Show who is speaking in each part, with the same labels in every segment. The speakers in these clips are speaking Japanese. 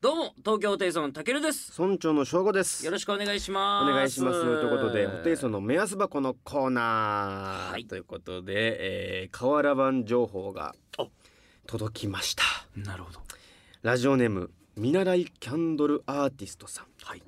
Speaker 1: どうも東京ホテイソンたけるです
Speaker 2: 村長の正吾です
Speaker 1: よろしくお願いし
Speaker 2: お
Speaker 1: ます
Speaker 2: 願いしますということでホテイソン
Speaker 1: の
Speaker 2: の目安箱のコーナー、
Speaker 1: はい
Speaker 2: ということで、えー、河原版情報が
Speaker 1: お
Speaker 2: 届きました
Speaker 1: なるほど
Speaker 2: ラジオネーム見習いキャンドルアーティストさん
Speaker 1: はい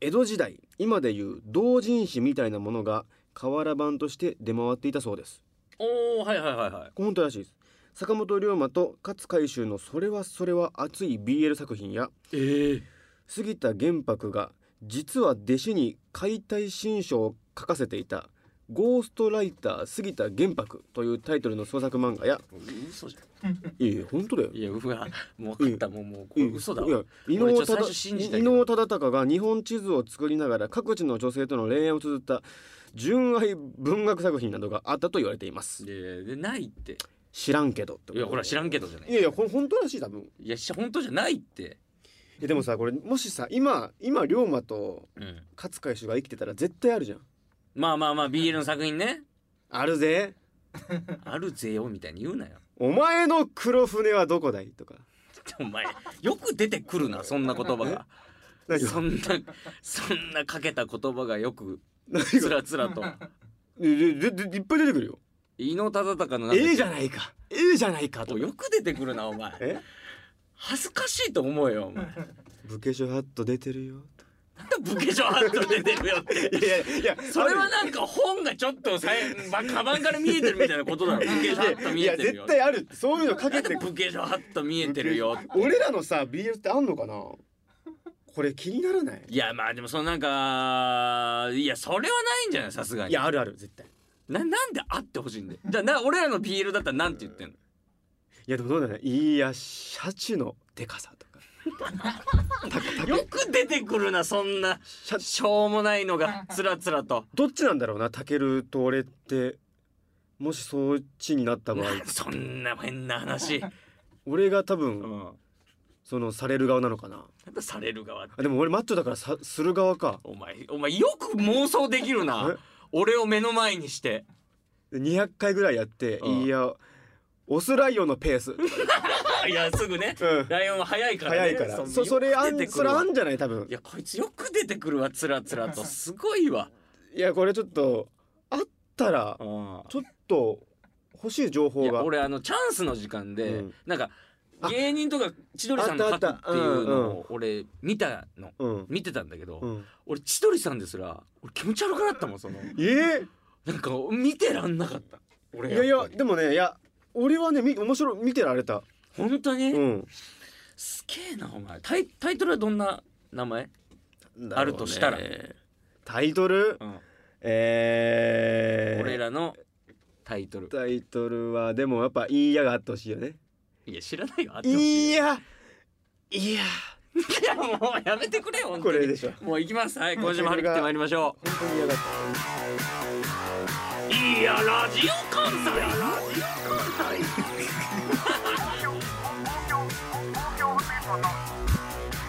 Speaker 2: 江戸時代今でいう同人誌みたいなものが河原版として出回っていたそうです
Speaker 1: おおはいはいはいはい
Speaker 2: これ本当らしいです坂本龍馬と勝海舟の「それはそれは熱い BL 作品」や
Speaker 1: ええ
Speaker 2: 杉田玄白が実は弟子に解体新書を書かせていた「ゴーストライター杉田玄白」というタイトルの創作漫 画や
Speaker 1: 嘘じゃ
Speaker 2: いやいや本当だよ
Speaker 1: んいやうわもう分かったもうもうこれ嘘だ
Speaker 2: いや
Speaker 1: わ
Speaker 2: 伊
Speaker 1: 俺ちょ
Speaker 2: 能
Speaker 1: っと最
Speaker 2: 忠
Speaker 1: 初信じた
Speaker 2: 伊
Speaker 1: けど
Speaker 2: 能忠敬が日本地図を作りながら各地の女性との恋愛を綴った純愛文学作品などがあったと言われています
Speaker 1: いやいやでないって
Speaker 2: 知らんけどってこと
Speaker 1: いやほら知らんけどじゃない
Speaker 2: いやいやほん本当らしい多分
Speaker 1: いやし本当じゃないって
Speaker 2: いやでもさこれもしさ今今龍馬と
Speaker 1: うん
Speaker 2: 勝海舟が生きてたら絶対あるじゃん
Speaker 1: まあまあまあ BL の作品ね
Speaker 2: あるぜ
Speaker 1: あるぜよみたいに言うなよ
Speaker 2: お前の黒船はどこだいとか
Speaker 1: お前よく出てくるなそんな言葉が
Speaker 2: 何
Speaker 1: そ
Speaker 2: が
Speaker 1: んなそんなかけた言葉がよく
Speaker 2: 何
Speaker 1: つ
Speaker 2: が
Speaker 1: らつら と
Speaker 2: ででででいっぱい出てくるよ
Speaker 1: 伊能忠敬の
Speaker 2: ええじ
Speaker 1: ん
Speaker 2: ゃないかええじゃないかとか
Speaker 1: よく出てくるなお前
Speaker 2: え
Speaker 1: 恥ずかしいと思うよお前
Speaker 2: 武家書ハット出てるよ
Speaker 1: なんで武家書ハット出てるよって
Speaker 2: いやいやいや
Speaker 1: それはなんか本がちょっとさえ、ま、カバンから見えてるみたいなことだろ武家書ハット
Speaker 2: い
Speaker 1: 見え
Speaker 2: や
Speaker 1: てる
Speaker 2: 絶
Speaker 1: よ
Speaker 2: 対あるってそういうの
Speaker 1: な
Speaker 2: かけ
Speaker 1: んで
Speaker 2: て
Speaker 1: 武家書ハット見えてるよ
Speaker 2: 俺らのさ BL ってあんのかなこれ気にならない
Speaker 1: いやまあでもそのなんかいやそれはないんじゃないさすがに
Speaker 2: あるある絶対
Speaker 1: ななんであってほしいんでじゃあな俺らの BL だったらなんて言ってんの
Speaker 2: いやでもどうだろうねいやシャチのでかさと か
Speaker 1: よく出てくるなそんな
Speaker 2: シャチ
Speaker 1: しょうもないのがつらつらと
Speaker 2: どっちなんだろうなタケルと俺ってもしそっちになった場合
Speaker 1: そんな変な話
Speaker 2: 俺が多
Speaker 1: う
Speaker 2: 分
Speaker 1: ん
Speaker 2: そのされる側なのかな
Speaker 1: なんだされる側って
Speaker 2: あでも俺マッチョだからさする側か
Speaker 1: お前お前よく妄想できるな
Speaker 2: え
Speaker 1: 俺を目の前にして
Speaker 2: で200回ぐらいやって「
Speaker 1: うん
Speaker 2: いやオスライオンのペ ース」
Speaker 1: あいやすぐね
Speaker 2: うん
Speaker 1: ライオンは早いから、ね、
Speaker 2: 早いから
Speaker 1: ん
Speaker 2: そそれあ
Speaker 1: よく
Speaker 2: ん
Speaker 1: 出てく
Speaker 2: そ
Speaker 1: る
Speaker 2: れ
Speaker 1: わ
Speaker 2: あんじゃない多分
Speaker 1: いやこいつよく出てくるわつらつらとすごいわ
Speaker 2: いやこれちょっとあったら
Speaker 1: うん
Speaker 2: ちょっと欲しい情
Speaker 1: い
Speaker 2: 報
Speaker 1: や
Speaker 2: が
Speaker 1: 俺あのチャンスの時間で、
Speaker 2: うん
Speaker 1: なんか
Speaker 2: あ
Speaker 1: 芸人とか千鳥さんの
Speaker 2: あったあ
Speaker 1: 勝
Speaker 2: っ
Speaker 1: つったていうの
Speaker 2: うん
Speaker 1: を俺見たの
Speaker 2: うん、
Speaker 1: 見てたんだけど、
Speaker 2: うん、
Speaker 1: 俺千鳥さんですら俺気持ち悪くなったもんその
Speaker 2: ええ
Speaker 1: なんか見てらんなかった俺
Speaker 2: いやい
Speaker 1: っ
Speaker 2: や
Speaker 1: ぱり
Speaker 2: でもねいや俺はねみ面白い見てられた
Speaker 1: 本当に、
Speaker 2: うん
Speaker 1: すげえなお前タイタイトルはどんな名前あるとしたら
Speaker 2: タイトル
Speaker 1: うん
Speaker 2: えー、
Speaker 1: 俺らのタイトル
Speaker 2: タイトルはでもやっぱ「いいや」があってほしいよね
Speaker 1: いや知らないよあっ
Speaker 2: 「
Speaker 1: てほし
Speaker 2: い
Speaker 1: いよ
Speaker 2: や」いや
Speaker 1: いやもうやめてくれよ本当
Speaker 2: こ
Speaker 1: に
Speaker 2: れでしょ
Speaker 1: もう行きますはい今週も張り切ってまいりましょ
Speaker 2: 本当に嫌がった
Speaker 1: ういやラジオ関西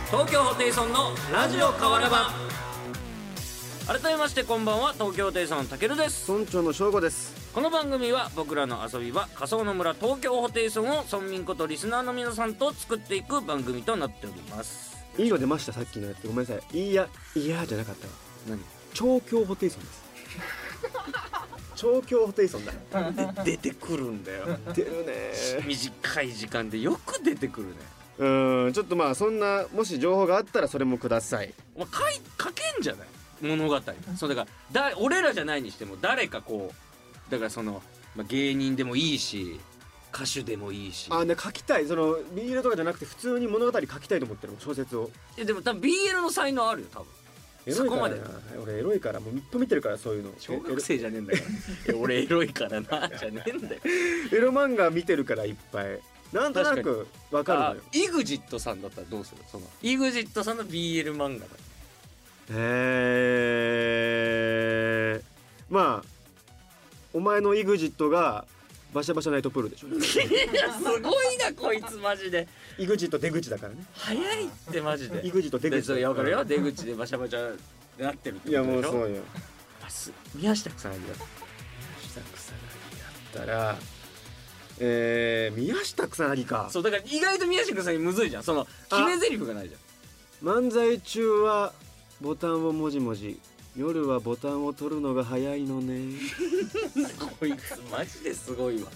Speaker 1: 東京ホテイソンのラジオ河原版改めましてこんばんは東京ホテイソンのたけるです
Speaker 2: 村長の正吾です
Speaker 1: この番組は僕らの遊び場仮想の村東京ホテイソンを村民ことリスナーの皆さんと作っていく番組となっております
Speaker 2: いいの出ましたさっきのやつごめんなさいいいやいやじゃなかったわ
Speaker 1: 何
Speaker 2: 超強ホテイソン です超強ホテイソンだ
Speaker 1: 出てくるんだよ
Speaker 2: 出るね
Speaker 1: 短い時間でよく出てくるね
Speaker 2: うーんちょっとまあそんなもし情報があったらそれもください
Speaker 1: お前書い書けんじゃない物語そうだからだ俺らじゃないにしても誰かこうだからその、まあ、芸人でもいいし歌手でもいいし
Speaker 2: あね書きたいそのビールとかじゃなくて普通に物語書きたいと思ってるもん小説を
Speaker 1: えでも多分 BL の才能あるよ多分
Speaker 2: エロいからな
Speaker 1: そこ
Speaker 2: 俺エロいからもういっぱい見てるからそういうの
Speaker 1: 小学生じゃねえんだからいや俺エロいからなじゃねえんだよ
Speaker 2: エロエロ漫画見てるからいっぱいなんとなくわかるのよ
Speaker 1: イグジットさんだったらどうするそのイグジットさんの BL 漫画だ
Speaker 2: へえまあお前の EXIT がバシャバシャナイトプール でしょ
Speaker 1: いやすごいなこいつマジで
Speaker 2: EXIT 出口だからね
Speaker 1: 早いってマジで
Speaker 2: EXIT 出
Speaker 1: で
Speaker 2: 口
Speaker 1: それ分かるよ出口でバシャバシャなってるってことでし
Speaker 2: いや
Speaker 1: ょ
Speaker 2: もうそうよ
Speaker 1: あす宮下草薙だ
Speaker 2: 下草薙だったらえー、宮下草薙か
Speaker 1: そうだから意外と宮下草薙むずいじゃんその決め台詞がないじゃん
Speaker 2: 漫才中はボタンをもじもじ夜はボタンを取るのが早いのね
Speaker 1: こいつマジですごいわ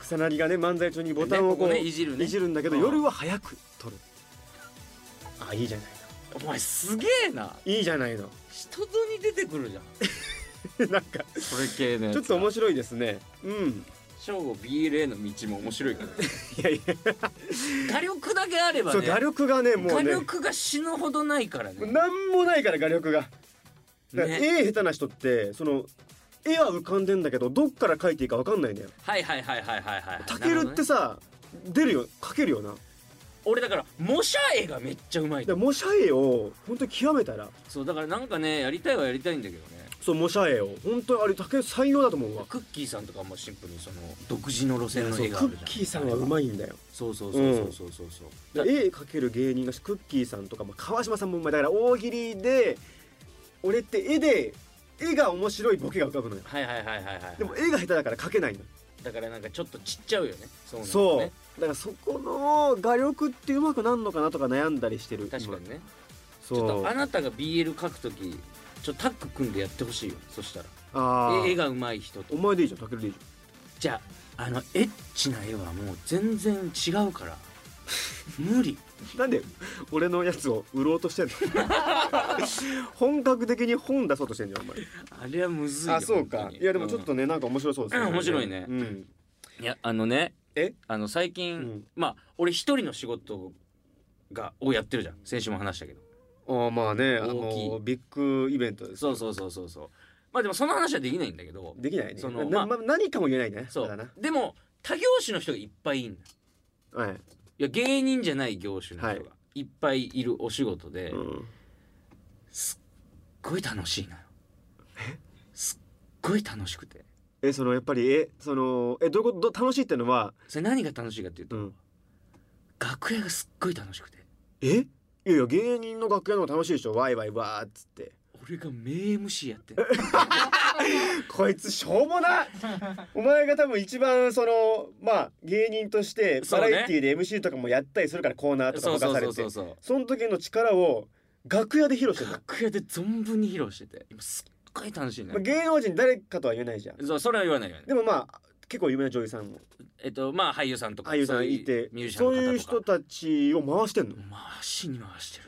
Speaker 2: 草薙がね漫才中にボタンをこう、
Speaker 1: ねここねいじるね
Speaker 2: いじるんだけど、
Speaker 1: うん
Speaker 2: 夜は早く取るあいいじゃない
Speaker 1: お前すげえな
Speaker 2: のいいじゃないの
Speaker 1: 人とに出てくるじゃん
Speaker 2: なんか
Speaker 1: それ系のやつ
Speaker 2: ちょっと面白いですねうん
Speaker 1: 正午 BLA の道も面白 いからね
Speaker 2: いやいや、
Speaker 1: 画力だけあれば
Speaker 2: そ
Speaker 1: ね
Speaker 2: う画力がねもう
Speaker 1: 画
Speaker 2: ね
Speaker 1: 力が死ぬほどないからね
Speaker 2: なんもないから画力がだから
Speaker 1: ね
Speaker 2: 絵下手な人ってその絵は浮かんでんだけどどっから描いていいか分かんないんだよ
Speaker 1: はいはいはいはいはいはい
Speaker 2: タケルっ
Speaker 1: な
Speaker 2: て
Speaker 1: るほどね
Speaker 2: さ、出るよ描けるよなだか
Speaker 1: 俺だから模写絵がめっちゃうまい
Speaker 2: ら模写絵を本当に極めたら
Speaker 1: そうだからなんかねやりたいはやりたいんだけどね
Speaker 2: そう模写絵を本当にあれタケル才能だと思うわ
Speaker 1: クッキーさんとかもシンプルにその独自の路
Speaker 2: そう
Speaker 1: 線
Speaker 2: ク
Speaker 1: の絵があるじゃん
Speaker 2: ッキーさんはうまいんだよ
Speaker 1: そうそうそうそうそうそうそう
Speaker 2: 絵描ける芸人がクッキーさんとか、まあ、川島さんもうまいだから大喜利で俺って絵で絵が面白いボケが浮かぶのよ
Speaker 1: はいはいはいはいはい
Speaker 2: でも絵が下手だから描けないの
Speaker 1: だからなんかちょっとちっちゃうよねそうなんだよ
Speaker 2: そ
Speaker 1: ね
Speaker 2: うだからそこの画力ってうまくなんのかなとか悩んだりしてる
Speaker 1: 確か
Speaker 2: 今
Speaker 1: にねちょっ
Speaker 2: そう
Speaker 1: とあなたが BL 書くときちょっとタッグ組んでやってほしいよそしたら
Speaker 2: あー
Speaker 1: 絵がうまい人と
Speaker 2: お前でいいじゃんタケルでいいじ
Speaker 1: じゃああのエッチな絵はもう全然違う から無理
Speaker 2: ゃんなんで俺のやつを売ろうとしてんの 本格的に本出そうとしてんじゃんお前
Speaker 1: あれはむずいよ
Speaker 2: あそうか
Speaker 1: 本当に
Speaker 2: いやでもちょっとね、なんか面白そうですね
Speaker 1: うん面白いね
Speaker 2: うん
Speaker 1: うんいやあのね
Speaker 2: え
Speaker 1: あの最近、
Speaker 2: うん
Speaker 1: まあ俺一人の仕事がをやってるじゃん先週も話したけど
Speaker 2: あーまあねあ
Speaker 1: 大きい
Speaker 2: のビッグイベントです
Speaker 1: そうそうそうそうそうまあでもその話はできないんだけど
Speaker 2: できないね
Speaker 1: その
Speaker 2: な
Speaker 1: ま
Speaker 2: ま何かも言えないね
Speaker 1: そ
Speaker 2: だか
Speaker 1: うでも他業種の人がいっぱいいる
Speaker 2: らなはい、
Speaker 1: いや芸人じゃない業種の人が
Speaker 2: はい
Speaker 1: っぱいいるお仕事で、
Speaker 2: うん
Speaker 1: すっごい楽しいのよすっごい楽しくて
Speaker 2: えそのやっぱりえそのえどういうことど楽しいってのは
Speaker 1: それ何が楽しいかっていうと、
Speaker 2: うん
Speaker 1: 楽屋がすっごい楽しくて
Speaker 2: えいやいや芸人の楽屋の方が楽しいでしょワイワイワーっつって
Speaker 1: 俺が名 MC やってんの
Speaker 2: こいつしょう もなお前が多分一番そのまあ芸人として
Speaker 1: そ
Speaker 2: バ
Speaker 1: うね
Speaker 2: ラエティーで MC とかもやったりするからコーナーとか
Speaker 1: そう
Speaker 2: 任
Speaker 1: そう
Speaker 2: され
Speaker 1: そ
Speaker 2: て
Speaker 1: うそうそう
Speaker 2: その時の力を楽屋で披 露してる、
Speaker 1: 楽屋で存分に披露してて今すっごい楽しいの
Speaker 2: ま
Speaker 1: よ、
Speaker 2: あ、芸能人誰かとは言えないじゃん
Speaker 1: そうそれは言わないよね
Speaker 2: でもまあ結構有名な女優さんも
Speaker 1: えっとまあ俳優さんとか
Speaker 2: 俳優さ
Speaker 1: そうんう
Speaker 2: いて
Speaker 1: ミュージシャ
Speaker 2: そう
Speaker 1: ン
Speaker 2: いう
Speaker 1: の方
Speaker 2: 人
Speaker 1: とか
Speaker 2: たちを回してんの
Speaker 1: 回しに回して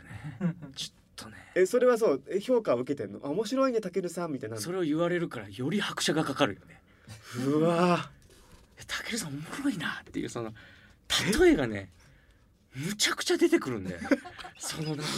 Speaker 1: るねちょっとね
Speaker 2: えそれはそうえ評価を受けてんのあ面白いねたけるさんみたいなの
Speaker 1: それを言われるからより拍車がかかるよね
Speaker 2: うわ
Speaker 1: えたけるさんおもろいなっていうその例えがねむちゃくちゃ出てくるんだよ ねそのなんか
Speaker 2: ち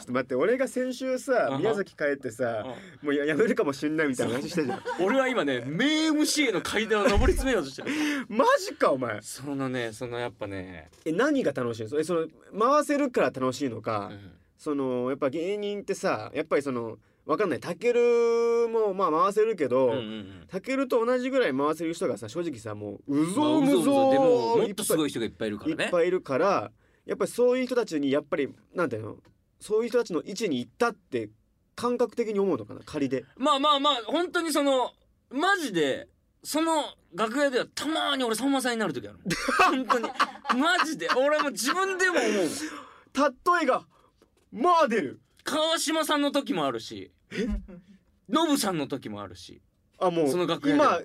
Speaker 2: ょっと待って俺が先週さ
Speaker 1: うん
Speaker 2: 宮崎帰ってさもうややめるかもしんないみたいな話してたじゃん
Speaker 1: 俺は今ね名 MC への階段を上り詰めようとしてる
Speaker 2: マジかお前
Speaker 1: そのねそのやっぱね、
Speaker 2: え何が楽しいのえその回せるから楽しいのか、
Speaker 1: うん
Speaker 2: そのやっぱ芸人ってさやっぱりそのわかんないたけるもまあ回せるけ
Speaker 1: う
Speaker 2: ど、
Speaker 1: んうんうん
Speaker 2: たけると同じぐらい回せる人がさ正直さもうう
Speaker 1: まあ
Speaker 2: ぞうむぞ
Speaker 1: でももっとすご
Speaker 2: い
Speaker 1: い人がいっぱいいるか
Speaker 2: い
Speaker 1: ら
Speaker 2: っ
Speaker 1: ね
Speaker 2: ぱいいるからやっぱりそういう人たちにやっぱりなんていうのそういう人たちの位置に行ったって感覚的に思うのかな仮で
Speaker 1: まあまあまあ本当にそのマジでその楽屋ではたまーに俺さんまさんになる時あるも ん本当にマジで俺も自分でも思うもん
Speaker 2: 例えがまあ出る
Speaker 1: 川島さんの時もあるしノブさんの時もあるし
Speaker 2: あもう
Speaker 1: その楽屋で
Speaker 2: 今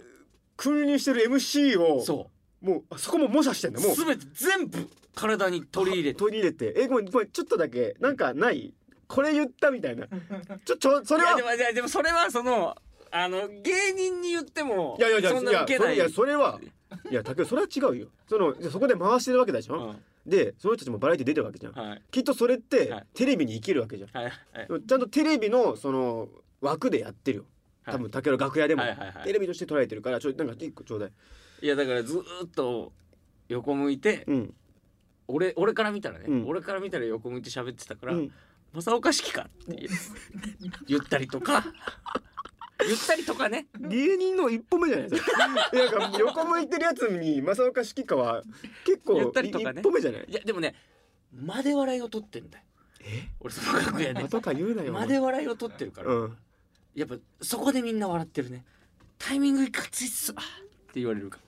Speaker 2: 君臨してる MC を
Speaker 1: そ
Speaker 2: もうあそこも模写してん
Speaker 1: う
Speaker 2: だもう
Speaker 1: 全て全部体に取り入れて
Speaker 2: 取り入れてえごめんごめんちょっとだけなんかないこれ言ったみたいなちょち ょそ
Speaker 1: い
Speaker 2: れ
Speaker 1: や
Speaker 2: は
Speaker 1: でもいやでもそれはそのあの芸人に言っても
Speaker 2: いやいやいや
Speaker 1: そん
Speaker 2: い
Speaker 1: な
Speaker 2: や
Speaker 1: 受け
Speaker 2: そ
Speaker 1: な
Speaker 2: れ
Speaker 1: い
Speaker 2: いやそれはいや竹内それは違うよそのいやそこで回してるわけでし
Speaker 1: う
Speaker 2: ょ、
Speaker 1: んはい
Speaker 2: でその人たちもバラエティ出てるわけじゃん、
Speaker 1: はい
Speaker 2: きっとそれって
Speaker 1: はい
Speaker 2: テレビに生きるわけじゃん、
Speaker 1: はい
Speaker 2: でもちゃんとテレビのその枠でやってるよ
Speaker 1: はい
Speaker 2: 多分竹内の楽屋でも、
Speaker 1: はいはいはい
Speaker 2: テレビとして捉えてるからちょなんか一個ちょうだい
Speaker 1: いやだからずーっと横向いて
Speaker 2: うん
Speaker 1: 俺俺から見たらね、
Speaker 2: うん
Speaker 1: 俺から見たら横向いて喋ってたから、
Speaker 2: うん
Speaker 1: 正岡式かって 言う言ったりとか言ったりとかね
Speaker 2: 芸人の一歩目じゃない ですかなんか横向いてるやつに正岡式かは結構
Speaker 1: 言ったりとかね
Speaker 2: 一歩目じゃない
Speaker 1: いやでもね間で笑いを取ってんだよ俺その楽屋
Speaker 2: ま
Speaker 1: で
Speaker 2: たか言うなよお前
Speaker 1: 間で笑いを取ってるから、
Speaker 2: うん
Speaker 1: やっぱそこでみんな笑ってるねタイミングいかついっすわって言われるか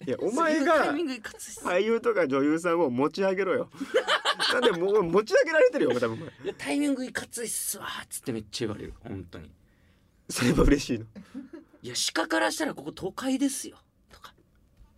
Speaker 1: ら
Speaker 2: いやお前
Speaker 1: そういうタ
Speaker 2: が
Speaker 1: イミングで勝つ
Speaker 2: 俳優とか女優さんを持ち上げ ろよなんでもう持ち上げられてるよお前多分お前
Speaker 1: いやタイミングいかついっすわーっつってめっちゃ言われる本当に
Speaker 2: それは嬉しいの
Speaker 1: いや鹿からしたらここ都会ですよとか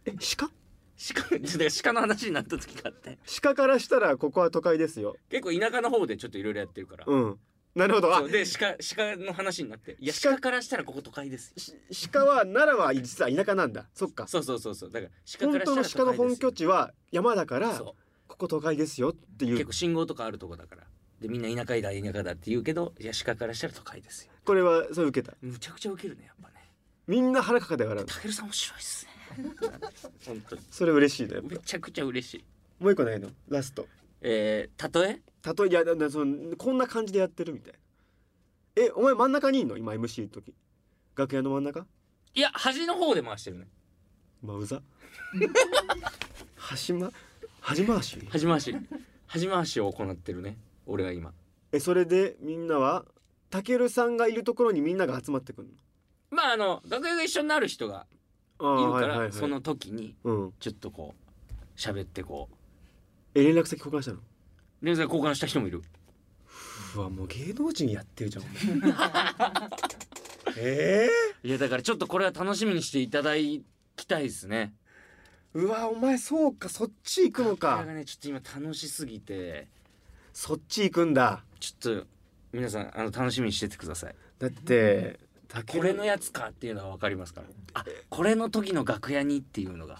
Speaker 2: え鹿
Speaker 1: 鹿 で鹿の話になった時があって
Speaker 2: 鹿からしたらここは都会ですよ
Speaker 1: 結構田舎の方でちょっといろいろやってるから、
Speaker 2: うんなるほどあ
Speaker 1: そうで鹿鹿の話になっていや
Speaker 2: 鹿
Speaker 1: 鹿からしたらここ都会ですよ
Speaker 2: し鹿は奈良は実は田舎なんだそっか
Speaker 1: そうそうそうそうだから鹿か
Speaker 2: 本
Speaker 1: ら
Speaker 2: 当の
Speaker 1: した
Speaker 2: 鹿
Speaker 1: ら
Speaker 2: の
Speaker 1: 都会で
Speaker 2: 本
Speaker 1: すよ
Speaker 2: 拠地は山だから
Speaker 1: そ
Speaker 2: ここ都会ですよって
Speaker 1: う
Speaker 2: い
Speaker 1: 結
Speaker 2: う
Speaker 1: 構信号とかあるとこだからでみんな田舎だ田舎だって言うけどいや鹿からしたら都会ですよ
Speaker 2: これはそれ受けた
Speaker 1: むちゃくちゃウケるねやっぱね
Speaker 2: みんな腹抱えて笑うの
Speaker 1: たけるさん面白いっすね 本当に
Speaker 2: それ嬉しいね
Speaker 1: めちゃくちゃ嬉しい
Speaker 2: もう一個ないのラスト
Speaker 1: えー、例え
Speaker 2: 例えいやななそのこんな感じでやってるみたいなえお前真ん中にいんの今 MC の時楽屋の真ん中
Speaker 1: いや端の方で回してるね
Speaker 2: まあ うざ端ま端回し
Speaker 1: 端回し端回しを行ってるね俺は今
Speaker 2: えそれでみんなはたけるさんがいるところにみんなが集まってくる
Speaker 1: まああの楽屋が一緒になる人がい
Speaker 2: の
Speaker 1: るから、
Speaker 2: はいはいはい、
Speaker 1: その時に
Speaker 2: うん
Speaker 1: ちょっとこう喋ってこ
Speaker 2: え連絡先交換したの
Speaker 1: う連載交換した人もいる
Speaker 2: うわもう芸能人やって るじゃんお前え
Speaker 1: いやだからちょっとこれは楽しみにしていただきたいですね
Speaker 2: ー、うわお前そうかそっち行くの
Speaker 1: こ
Speaker 2: か
Speaker 1: れがねちょっと今楽しすぎて
Speaker 2: そっち行くんだ
Speaker 1: ちょっと皆さんあの楽しみにしててください
Speaker 2: だってたけ
Speaker 1: これ
Speaker 2: る
Speaker 1: のやつかっていうのは分かりますからあこれの時の楽屋にっていうのが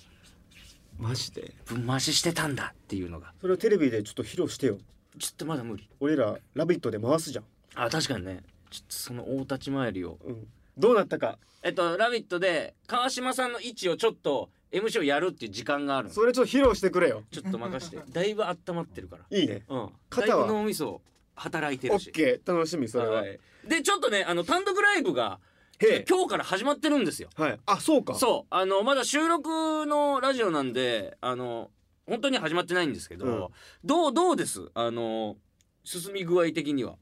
Speaker 2: マジで
Speaker 1: 分回ししてたんだっていうのが
Speaker 2: それをテレビでちょっと披露してよ
Speaker 1: ちょっとまだ無理
Speaker 2: 俺ら「ラビット!」で回すじゃん、
Speaker 1: あ確かにねちょっとその大立ち回りを
Speaker 2: うん、どうなったか
Speaker 1: えっと「ラビット!」で川島さんの位置をちょっと MC をやるっていう時間があるのちょ
Speaker 2: それちょっと披露してくれよ
Speaker 1: っと任してだいぶ温まってるから
Speaker 2: いいね
Speaker 1: うん
Speaker 2: 肩
Speaker 1: だ
Speaker 2: はい
Speaker 1: ぶ脳みそ働いて
Speaker 2: オ
Speaker 1: るし
Speaker 2: ッケー楽しみそれは、
Speaker 1: はいでちょっとねあの単独ライブが
Speaker 2: へえ
Speaker 1: 今日から始まってるんですよ
Speaker 2: はいあそうか
Speaker 1: そうあのまだ収録のラジオなんであの本当に始まってないんですけど、どうどうですあの進み具合的には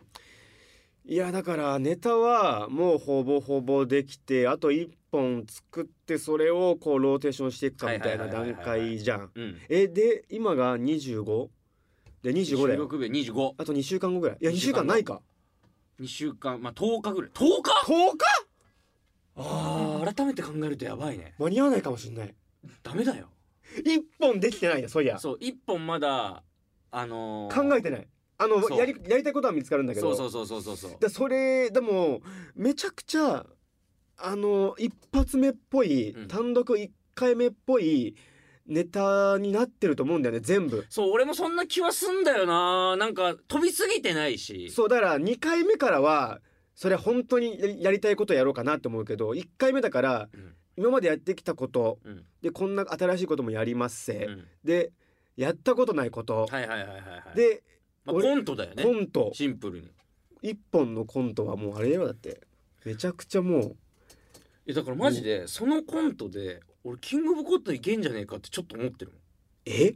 Speaker 1: い
Speaker 2: やだからネタはもうほぼほぼできてあと1本作ってそれをこうローテーションしていくかみたいな
Speaker 1: はいはいはいは
Speaker 2: 段
Speaker 1: いはい
Speaker 2: 階じゃん
Speaker 1: うん
Speaker 2: えで今が 25? で25だよ
Speaker 1: 16秒25
Speaker 2: あと2週間後ぐらいいや2
Speaker 1: 2
Speaker 2: 週
Speaker 1: 週
Speaker 2: 間
Speaker 1: 間
Speaker 2: ないか
Speaker 1: 2週間まあ10日ぐらい10日
Speaker 2: 10日
Speaker 1: あー改めて考えるとやばいね
Speaker 2: 間に合わないかもしんない
Speaker 1: ダメだよ
Speaker 2: 1本できてないやそういや
Speaker 1: そう一本まだあのー
Speaker 2: 考えてないあの
Speaker 1: そう
Speaker 2: やりやりたいことは見つかるんだけど
Speaker 1: そうそうそうそうそうそう
Speaker 2: だそれでもめちゃくちゃあの一発目っぽい、
Speaker 1: うん
Speaker 2: 単独1回目っぽいネタになってると思うんだよね全部
Speaker 1: そう俺もそんな気はすんだよななんか飛びすぎてないし
Speaker 2: そうだから2回目からはそれは本当にやりやりたいことやろうかなと思うけど1回目だから
Speaker 1: うん
Speaker 2: 今までやってきたこと
Speaker 1: うん
Speaker 2: でこんな新しいこともやりますせ、
Speaker 1: うん
Speaker 2: でやったことないこと、
Speaker 1: はいはいはいはいはい
Speaker 2: で、
Speaker 1: まあ、
Speaker 2: 俺
Speaker 1: コントだよね
Speaker 2: コント
Speaker 1: シンプルに
Speaker 2: 1本のコントはもうあれよだってめちゃくちゃもう
Speaker 1: えだからマジでそのコントで俺キングオブコントいけんじゃねえかってちょっと思ってる
Speaker 2: え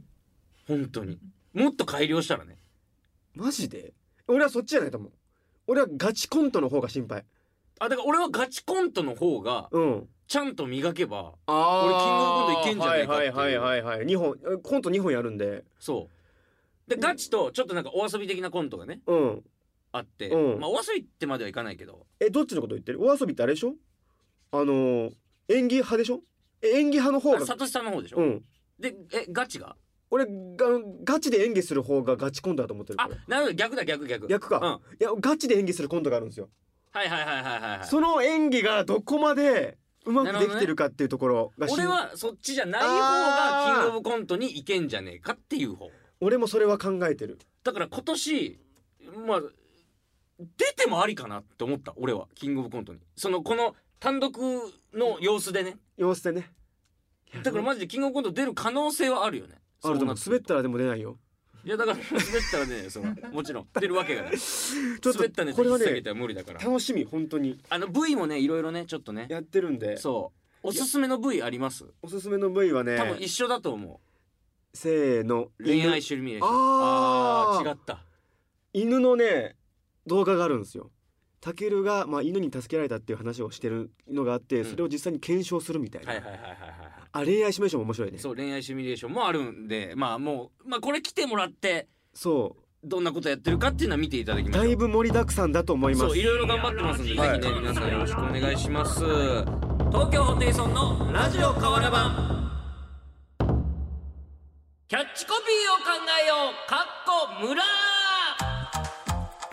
Speaker 1: もん本当にもっと改良したらね
Speaker 2: マジで俺はそっちじゃないと思う俺はガチコントの方が心配
Speaker 1: あだから俺はガチコントの方が
Speaker 2: うん
Speaker 1: ちゃんと磨けば
Speaker 2: あ
Speaker 1: 俺キングオブコントいけんじゃねえかっていう
Speaker 2: はいはいはいはいはい二本コント2本やるんで
Speaker 1: そうでガチとちょっとなんかお遊び的なコントがね
Speaker 2: うん
Speaker 1: あって、
Speaker 2: うん
Speaker 1: まあお遊びってまではいかないけど
Speaker 2: えどっちのこと言ってるお遊びってあれでしょあのー演技派でしょえ演技派の方
Speaker 1: あ
Speaker 2: が
Speaker 1: サトシさんの方でしょ、
Speaker 2: うん
Speaker 1: でえガチが
Speaker 2: 俺がガチで演技する方がガチコントだと思ってるか
Speaker 1: あ
Speaker 2: ら
Speaker 1: なるほど逆だ逆逆
Speaker 2: 逆
Speaker 1: うん
Speaker 2: か、いやガチで演技するコントがあるんですよ、
Speaker 1: はいはいはいはいはいはい
Speaker 2: その演技がどこまでうまくできてるかっていうところがし
Speaker 1: 俺はそっちじゃない方が
Speaker 2: あー
Speaker 1: キングオブコントにいけんじゃねえかっていう方
Speaker 2: 俺もそれは考えてる
Speaker 1: だから今年まあ出てもありかなって思った俺はキングオブコントにそのこの単独の様子でね
Speaker 2: 様子でね
Speaker 1: だからマジでキングオブコント出る可能性はあるよね
Speaker 2: あると
Speaker 1: そうな
Speaker 2: 思う
Speaker 1: ってく
Speaker 2: 滑っ
Speaker 1: る
Speaker 2: たらでも出 ないよ
Speaker 1: いやだから滑ったらねそ のもちろん出るわけがない
Speaker 2: ちょっ
Speaker 1: 滑ったね
Speaker 2: とこれは
Speaker 1: 引っ提げ
Speaker 2: ね
Speaker 1: ては無理だから
Speaker 2: 楽しみ本当に
Speaker 1: あの V もねいろいろねちょっとね
Speaker 2: やってるんで
Speaker 1: そうおすすめの V あります
Speaker 2: おすすめの部位
Speaker 1: 多
Speaker 2: は
Speaker 1: 分
Speaker 2: ね
Speaker 1: 一緒だと思
Speaker 2: せーの
Speaker 1: う恋愛
Speaker 2: 犬
Speaker 1: シミュレーション
Speaker 2: あー
Speaker 1: ー違った
Speaker 2: 犬のね動画があるんですよタケルが、まあ、犬に助けられたっていう話をしてるのがあって、
Speaker 1: うん
Speaker 2: それを実際に検証するみたいな、
Speaker 1: はいはいはいはいはい
Speaker 2: あ恋愛シミュレーションも面白いね
Speaker 1: そう恋愛シミュレーションもあるんでまあもう、まあ、これ来てもらって
Speaker 2: そ
Speaker 1: どんなことやってるかっていうのは見ていただき
Speaker 2: う
Speaker 1: ましょ
Speaker 2: だ
Speaker 1: う
Speaker 2: いぶ盛りだくさんだと思いま
Speaker 1: そう
Speaker 2: す
Speaker 1: いろいろ頑張ってますんで、
Speaker 3: はい
Speaker 1: ぜひね皆さんよろしくお願いします東京ホテイソンのラジオ河原版キャッチコピーを考えようかっこ村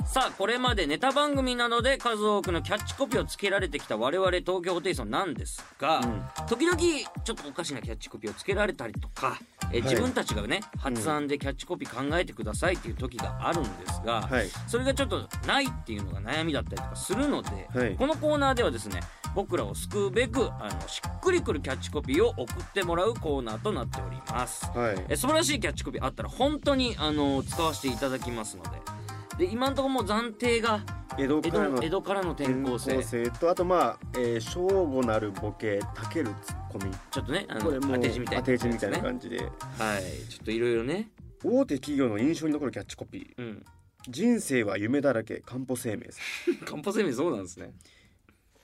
Speaker 1: さあこれまでネタ番組などで数多くのキャッチコピーをつけられてきた我々東京ホテイソンなんですが、時々ちょっとおかしなキャッチコピーをつけられたりとか、えー
Speaker 2: はい
Speaker 1: 自分たちがね発案でキャッチコピー考えてくださいっていう時があるんですが、
Speaker 2: はい
Speaker 1: それがちょっとないっていうのが悩みだったりとかするので、
Speaker 2: はい
Speaker 1: このコーナーではですね僕らを救うべくあのしっくりくるキャッチコピーを送ってもらうコーナーとなっております
Speaker 2: はい
Speaker 1: え素晴らしいキャッチコピーあったら本当にあの使わせていただきますのでで今のところもう暫定が
Speaker 2: 江戸
Speaker 1: 江
Speaker 2: からの
Speaker 1: 戸江戸からの転
Speaker 2: 転
Speaker 1: 校
Speaker 2: 校
Speaker 1: 生
Speaker 2: 生とあとまあ、えー、正午なるボケたけるツッコミ
Speaker 1: ちょっとねあ
Speaker 2: これも
Speaker 1: の当て字みたいな、
Speaker 2: 当て字みたいな
Speaker 1: ね
Speaker 2: 感じで
Speaker 1: はいちょっといろいろね
Speaker 2: 大手企業の印象に残るキャッチコピー
Speaker 1: うん
Speaker 2: 人生は夢だらけかんぽ生命さん
Speaker 1: カンパ生命そうなんですね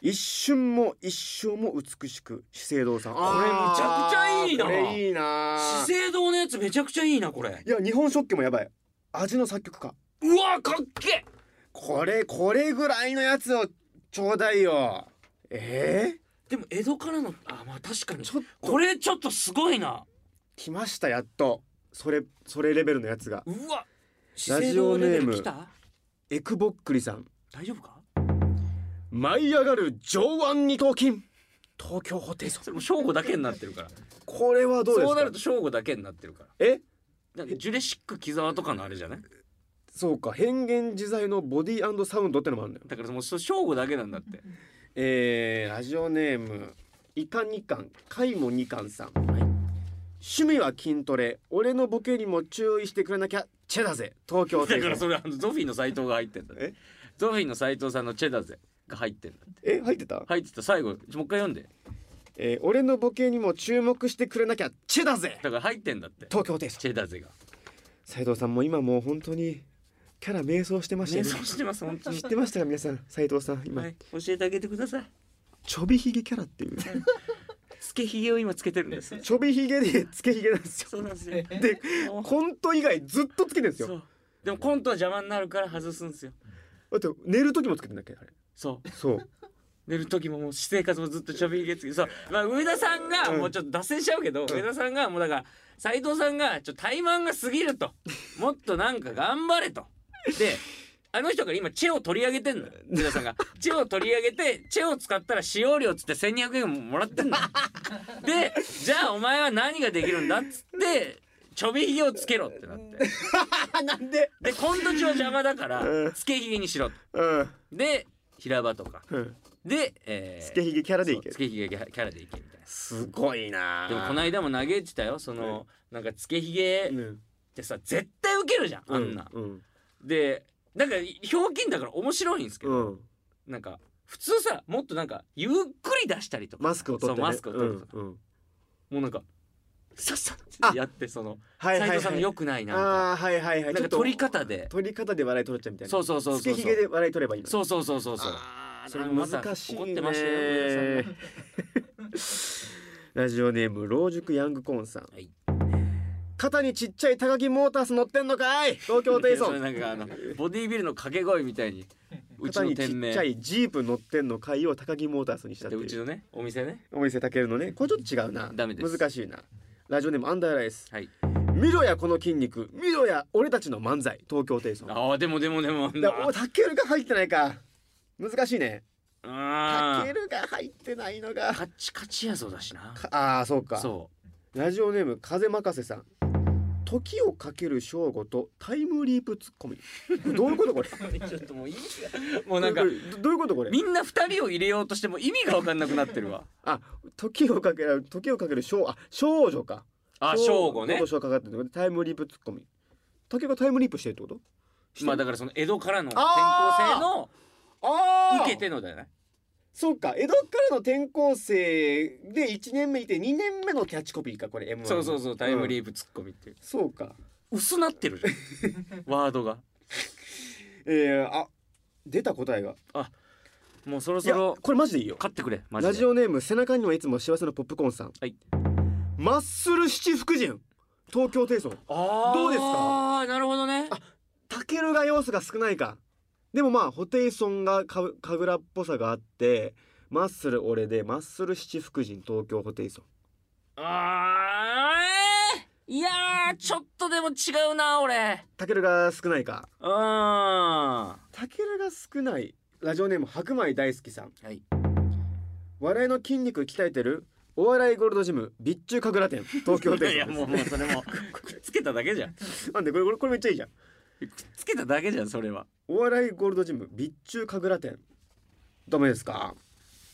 Speaker 2: 一瞬も一生も美しく資生堂さんこれむ
Speaker 1: ちゃくちゃいいな
Speaker 2: これいいな
Speaker 1: 資生堂のやつめちゃくちゃいいなこれ
Speaker 2: いや日本食器もやばい味の作曲家
Speaker 1: うわかっけえ
Speaker 2: これこれぐらいのやつをちょうだいよええ
Speaker 1: でも江戸からのあまあ確かに
Speaker 2: ちょっと
Speaker 1: これちょっとすごいな
Speaker 2: 来ましたやっとそれそれレベルのやつが
Speaker 1: うわ資
Speaker 2: ラ
Speaker 1: 生
Speaker 2: ジオ
Speaker 1: 堂
Speaker 2: ネ
Speaker 1: レ
Speaker 2: ーム
Speaker 1: ベル来た
Speaker 2: エクボックリさん
Speaker 1: 大丈夫か
Speaker 2: 舞い上がる上腕二頭筋東京ホテイソン
Speaker 1: それもう正午だけになってるから
Speaker 2: これはどうですか
Speaker 1: そうなると正午だけになってるから
Speaker 2: え
Speaker 1: なんかジュレシック木沢とかのあれじゃない
Speaker 2: そうか変幻自在のボディサウンドってのもあるんだよ
Speaker 1: だからもうそ正午だけなんだ って
Speaker 2: えー、ラジオネームイカ二巻カイモ二巻さん、
Speaker 1: い
Speaker 2: 趣味は筋トレ俺のボケにも注意してくれなきゃチェだぜ東京ホテ
Speaker 1: だ
Speaker 2: イ
Speaker 1: か
Speaker 2: ソ
Speaker 1: ら
Speaker 2: ン
Speaker 1: それあのゾフィーの斎藤が入ってんだね
Speaker 2: え
Speaker 1: ゾフィーの斎藤さんのチェダゼが入ってんだって
Speaker 2: え入ってた、
Speaker 1: 入ってた最後もう一回読んで
Speaker 2: えー俺のボケにも注目してくれなきゃチェだぜ
Speaker 1: だから入ってんだって
Speaker 2: 東京ホテイソン
Speaker 1: チェダゼが
Speaker 2: 斉藤さんも今もう本当にキャラ迷走してました
Speaker 1: 瞑
Speaker 2: よね
Speaker 1: 想してます本当に
Speaker 2: 知ってましたか皆さん斉藤さん今、
Speaker 1: はい教えてあげてください
Speaker 2: ちょびひげキャラっていう
Speaker 1: つけひげを今つけてるんです
Speaker 2: ちょびひげでつけひげなんですよ
Speaker 1: そうなんですよ
Speaker 2: で
Speaker 1: もう
Speaker 2: コント以外ずっとつけてるんです
Speaker 1: そ
Speaker 2: よ
Speaker 1: うでもコントは邪魔になるから外すんですよ
Speaker 2: だって寝る時もつけてんだっけあれ
Speaker 1: そう
Speaker 2: そう
Speaker 1: 寝る時ももう私生活もずっとちょびひげつけそうまあ上田さんが
Speaker 2: うん
Speaker 1: もうちょっと脱線しちゃうけど、上田さんがもうだから斉藤さんがちょっと怠慢が過ぎるともっとなんか頑張れとであの人から今チェを取り上げてんのよ上田さんがチェを取り上げてチェを使ったら使用料っつって1200円ももらってんのよでじゃあお前は何ができるんだっつってちょびひげをつけろってなって
Speaker 2: あなんで
Speaker 1: でコント中は邪魔だから
Speaker 2: うん
Speaker 1: つけひげにしろと
Speaker 2: うん
Speaker 1: で平場とか
Speaker 2: うん
Speaker 1: で、えー、
Speaker 2: つけひげキャラでいけ
Speaker 1: そうつ
Speaker 2: る
Speaker 1: けひげキャラでいけみたいな
Speaker 2: すごいな
Speaker 1: でもこの間も嘆いてたよその、なんかつけひげっ
Speaker 2: うん
Speaker 1: てさ絶対ウケるじゃんあんな、
Speaker 2: うん
Speaker 1: でなんかひょうきんだから面白いんですけ
Speaker 2: う
Speaker 1: ど、
Speaker 2: ん
Speaker 1: なんか普通さもっとなんかゆっくり出したりとか
Speaker 2: マスクを取ってね
Speaker 1: そうマスクを取ると
Speaker 2: うんうん
Speaker 1: もうなんかさっさ
Speaker 2: あ
Speaker 1: ってやってその
Speaker 2: はい
Speaker 1: 斎
Speaker 2: はい
Speaker 1: 藤さん
Speaker 2: は
Speaker 1: の
Speaker 2: い
Speaker 1: 良くないなんか
Speaker 2: あーはいはいは
Speaker 1: な
Speaker 2: い
Speaker 1: ん
Speaker 2: ちょ
Speaker 1: か
Speaker 2: っと
Speaker 1: 取り方で
Speaker 2: 取り方で笑い取れちゃうみたいな
Speaker 1: そうそうそうそう
Speaker 2: つけひげで笑い取ればいいの
Speaker 1: そうそうそうそうそう
Speaker 2: あー
Speaker 1: それもまた
Speaker 2: 難しいね
Speaker 1: 怒ってましたよ上田さん
Speaker 2: ラジオネーム老熟ヤングコーンさん、
Speaker 1: はい
Speaker 2: 肩にちっちゃい高木モータース乗ってんのかい東京ホテイソ
Speaker 1: それ
Speaker 2: ン
Speaker 1: なんかあのボディービルの掛け声みたい に うち
Speaker 2: 肩
Speaker 1: の
Speaker 2: にちっ
Speaker 1: 店名
Speaker 2: ちゃいジープ乗ってんのかいを高木モータースにしたって
Speaker 1: でうち
Speaker 2: いう
Speaker 1: のねお店ね
Speaker 2: お店たけるのねこれちょっと違うな
Speaker 1: ダメです
Speaker 2: 難しいなラジオネームアンダーライス
Speaker 1: はい
Speaker 2: 見ろやこの筋肉見ろや俺たちの漫才東京ホテイソンだか
Speaker 1: ああでもでもでも
Speaker 2: らおたけるが入ってないか難しいね
Speaker 1: あ
Speaker 2: たけるが入ってないのが
Speaker 1: カッチカチやぞだしな
Speaker 2: かあーそうか
Speaker 1: そ
Speaker 2: ラジオネーム風任せさん時をかける正吾とタイムリープツッコミこれどういうことこれ
Speaker 1: うちょっともう意味がもうなんか
Speaker 2: これどどういうことこれ
Speaker 1: みんな二人を入れようとしても意味が分かんなくなってるわ
Speaker 2: あ時をかける時をかける正あ少女か
Speaker 1: あ正午ね
Speaker 2: と正吾かかってるタイムリープツッコミ時がタイムリープしてるってこと
Speaker 1: まあだからその江戸からの転校生
Speaker 2: あ
Speaker 1: の
Speaker 2: あ
Speaker 1: 受けてのだよね
Speaker 2: そうか江戸からの転校生で1年目いて2年目のキャッチコピーかこれ M
Speaker 1: そうそうそうタイムリ
Speaker 2: ープ、
Speaker 1: ープツッコミっていう
Speaker 2: そうか
Speaker 1: 薄なってるじゃ んワードが
Speaker 2: えー、あ出た答えが
Speaker 1: もうそろ
Speaker 2: い
Speaker 1: そ
Speaker 2: や
Speaker 1: ろ
Speaker 2: これマジでいいよ
Speaker 1: 勝ってくれマジで
Speaker 2: ラジオネーム背中にはいつも幸せのポップコーンさん
Speaker 1: はい
Speaker 2: マッスル七福神東京テイソン
Speaker 1: あ
Speaker 2: どうです
Speaker 1: あ
Speaker 2: か
Speaker 1: あなるほどね
Speaker 2: あタケルが要素が少ないかでもまあホテイソンがかぶかぐらっぽさがあってマッスル俺でマッスル七福神東京ホテイソン
Speaker 1: あーえーいやーちょっとでも違うな俺
Speaker 2: タケルが少ないか
Speaker 1: うんは
Speaker 2: タケルが少ないラジオネーム白米大好きさん
Speaker 1: い
Speaker 2: 笑いの筋肉鍛えてるお笑いゴールドジム備中神楽店東京
Speaker 1: い
Speaker 2: テイソ
Speaker 1: や
Speaker 2: ンです
Speaker 1: もうもうそれもくっつけただけじゃんくっ
Speaker 2: なんでこれこれこれめっちゃいいじゃん
Speaker 1: つけただけじゃんそれは
Speaker 2: お笑いゴールドジム備中神楽店ダメですか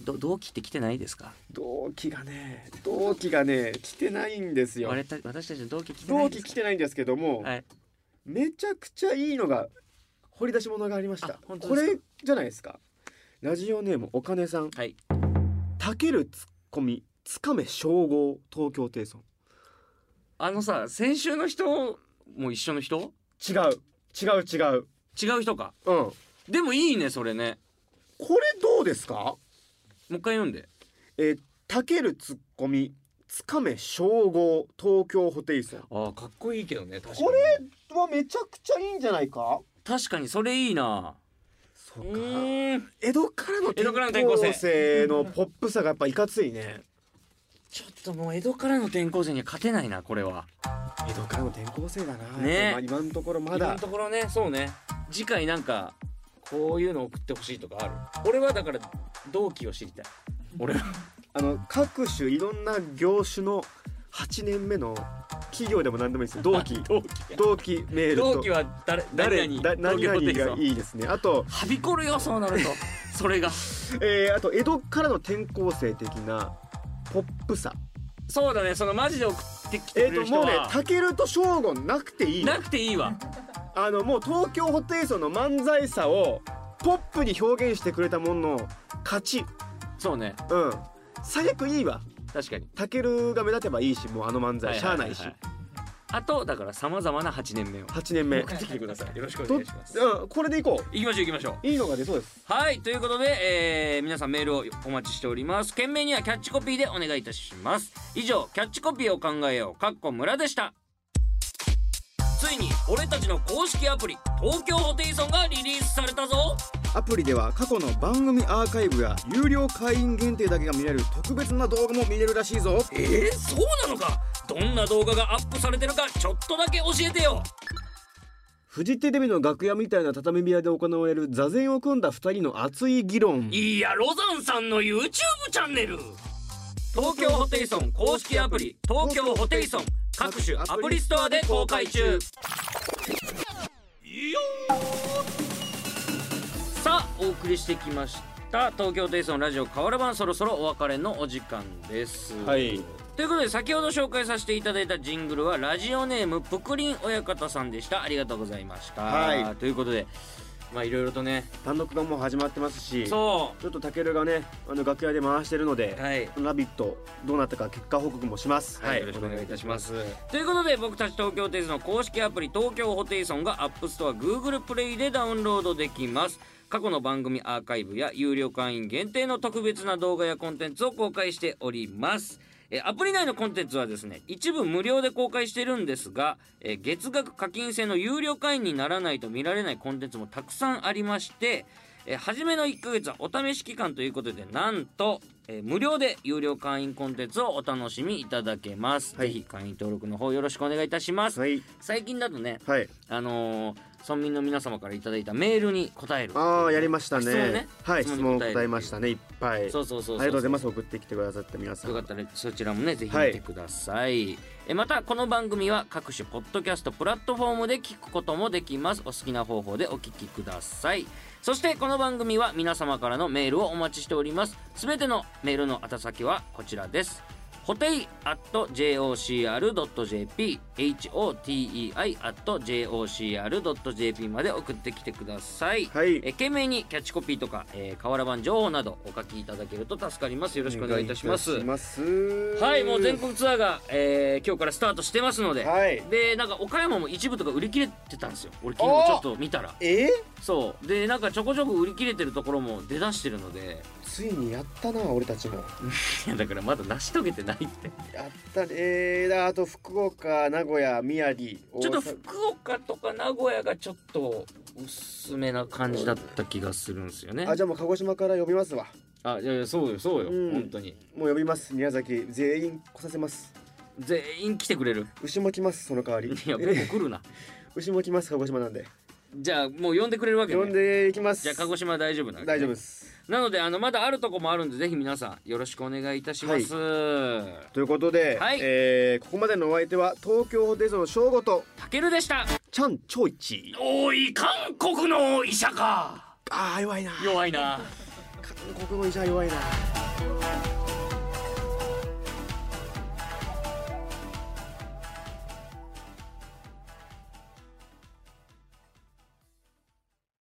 Speaker 1: ど同期って来てないですか
Speaker 2: 同期がね同期がね来てないんですよ
Speaker 1: 我た私たちの同期来てな
Speaker 2: 同
Speaker 1: いで
Speaker 2: 期
Speaker 1: す
Speaker 2: 来
Speaker 1: か
Speaker 2: てないんですけども、
Speaker 1: はい
Speaker 2: めちゃくちゃいいのが掘り出し物がありました
Speaker 1: あ本当
Speaker 2: こ
Speaker 1: ですか
Speaker 2: れじゃないですかラジオネームお金さん
Speaker 1: はい
Speaker 2: たけるツッコミつかめ称号東京テイソン
Speaker 1: あのさ先週の人も一緒の人
Speaker 2: 違う違う違う
Speaker 1: 違う人か
Speaker 2: うん
Speaker 1: でもいいねそれね
Speaker 2: これどうですか
Speaker 1: もう一回読んで
Speaker 2: えー、たけるツッコミつかめ称号東京ホテイソン
Speaker 1: あーかっこいいけどね確
Speaker 2: これはめちゃくちゃいいんじゃないか
Speaker 1: 確かにそれいいな
Speaker 2: そううか
Speaker 1: ーん
Speaker 2: 江戸からの
Speaker 1: 江戸からの転校生
Speaker 2: 生のポップさがやっぱいかついね
Speaker 1: ちょっともう江戸からの転校生には勝てないなこれは
Speaker 2: 江戸からの転校生だな
Speaker 1: ね
Speaker 2: まあ今のところま
Speaker 1: 今
Speaker 2: だ
Speaker 1: のところねそうね次回なんかこういうの送ってほしいとかある俺はだから同期を知りたい俺は
Speaker 2: あの各種いろんな業種の8年目の企業でも何でもいいですよ同期
Speaker 1: 同期
Speaker 2: 同期メールと
Speaker 1: 同期は誰誰
Speaker 2: 誰
Speaker 1: に
Speaker 2: だ
Speaker 1: 同
Speaker 2: 何々
Speaker 1: 期を持
Speaker 2: が
Speaker 1: っていくぞ
Speaker 2: いいですねあと、
Speaker 1: はびこるよそうなると それが
Speaker 2: えー、あと江戸からの転校生的なポップさ
Speaker 1: そうだねそのマジで送ってきてく
Speaker 2: えっ、
Speaker 1: れる
Speaker 2: とも
Speaker 1: 人
Speaker 2: うね
Speaker 1: は、
Speaker 2: たけると翔吾なくていい
Speaker 1: なくていいわ
Speaker 2: あのもう東京ホテイソンの漫才さをポップに表現してくれたものの勝ち
Speaker 1: そうね
Speaker 2: うん最悪いいわ
Speaker 1: 確かに
Speaker 2: たけるが目立てばいいしもうあの漫才しゃあないし
Speaker 1: ははははあとだからさまざまな8年目を
Speaker 2: 8年目
Speaker 1: 送ってきてくださいよろしくお
Speaker 2: ど
Speaker 1: 願いします
Speaker 2: うんこれでいこ
Speaker 1: 行きましょう行きましょう
Speaker 2: ういいのが出そうです
Speaker 1: はいということで、えー皆さんメールをお待ちしております件名にはキャッチコピーでお願いいたします以上キャッチコピーを考えようかっこ村でしたついに俺たちの公式アプリ東京ホテイソンがリリースされたぞ
Speaker 2: アプリでは過去の番組アーカイブや有料会員限定だけが見れる特別な動画も見れるらしいぞ
Speaker 1: えー、そうなのかどんな動画がアップされてるかちょっとだけ教えてよ
Speaker 2: フジテレビの楽屋みたいな畳部屋で行われる座禅を組んだ2人の熱い議論
Speaker 1: いやロザンさんの YouTube チャンネル東京ホテイソン公式アプリ東京ホテイソン各種アプリストアで公開中さあお送りしてきました東京ホテイソンラジオ河原版そろそろお別れのお時間です、
Speaker 2: はい
Speaker 1: ということで先ほど紹介させていただいたジングルはラジオネームぷくりん親方さんでしたありがとうございました、
Speaker 2: はい
Speaker 1: ということでまあいろいろとね
Speaker 2: 単独がもう始まってますしちょ
Speaker 1: そ
Speaker 2: っとたけるがねあの楽屋で回してるので
Speaker 1: うはい
Speaker 2: ラビットどうなったか結果報告もします。
Speaker 1: はいよろしくお願いいたします
Speaker 2: お願いい
Speaker 1: ということで僕たち東京ホテイソンの公式アプリ東京ホテイソンがアップストア Google プレイでダウンロードできます過去の番組アーカイブや有料会員限定の特別な動画やコンテンツを公開しておりますえアプリ内のコンテンツはですね一部無料で公開してるんですがえ月額課金制の有料会員にならないと見られないコンテンツもたくさんありましてえー初めの1ヶ月はお試し期間ということでなんと、えー無料で有料会員コンテンツをお楽しみいただけます、
Speaker 2: はい
Speaker 1: ぜひ会員登録の方よろしくお願いいたします、
Speaker 2: はい
Speaker 1: 最近だとね
Speaker 2: はい。
Speaker 1: あのー村民の皆様からいただいたメールに答える
Speaker 2: ああやりましたね。
Speaker 1: 質問ね
Speaker 2: はい質問答えました
Speaker 1: ね
Speaker 2: ねいっぱい。
Speaker 1: そうそうそうそう
Speaker 2: ありがとうございます送ってきてくださって皆さん。
Speaker 1: よかったらそちらもねぜひ
Speaker 2: は
Speaker 1: 見
Speaker 2: い
Speaker 1: てください、えまたこの番組は各種ポッドキャストプラットフォームで聞くこともできますお好きな方法でお聞きくださいそしてこの番組は皆様からのメールをお待ちしておりますすべてのメールの宛先はこちらですホテイ .jocr.jp hotei .jocr.jp まで送ってきてください、
Speaker 2: はい
Speaker 1: え懸命にキャッチコピーとか、えー、瓦版情報などお書きいただけると助かりますよろしくお願いいたします
Speaker 2: お願いいたします
Speaker 1: はいもう全国ツアーが、えー今日からスタートしてますので、
Speaker 2: はい。
Speaker 1: でなんか岡山も一部とか売り切れてたんですよ俺昨
Speaker 2: お
Speaker 1: 日
Speaker 2: ー
Speaker 1: ちょっと見たら
Speaker 2: え
Speaker 1: そうでなんかちょこちょこ売り切れてるところも出だしてるので
Speaker 2: ついにやったな俺たちも。
Speaker 1: いやだからまだ成し遂げてないって
Speaker 2: やったねーだあと福岡名古屋宮城
Speaker 1: ちょっと
Speaker 2: 大阪
Speaker 1: 福岡とか名古屋がちょっと薄めな感じだった気がするんですよね
Speaker 2: あじゃあもう鹿児島から呼びますわ
Speaker 1: あいやいやそうよそうよ、
Speaker 2: うん
Speaker 1: 本当に
Speaker 2: もう呼びます宮崎全員来させます
Speaker 1: 全員来てくれる
Speaker 2: 牛も来ますその代 わり
Speaker 1: いや
Speaker 2: え
Speaker 1: ペコ来る な
Speaker 2: 牛も来ます鹿児島なんで
Speaker 1: じゃあもう呼んでくれるわけ、ね、
Speaker 2: 呼んでいきます
Speaker 1: じゃあ鹿児島は大丈夫なわけね
Speaker 2: 大丈夫です
Speaker 1: なのであのまだあるとこもあるんでぜひ皆さんよろしくお願いいたします、
Speaker 2: ということで、
Speaker 1: はい
Speaker 2: えーここまでのお相手は東京ホテイソンの翔吾と
Speaker 1: たけるでした
Speaker 2: チャンチョイチ
Speaker 1: おい韓国の医者か
Speaker 2: あー弱いな
Speaker 1: 弱いな
Speaker 2: 韓国の医者は弱いな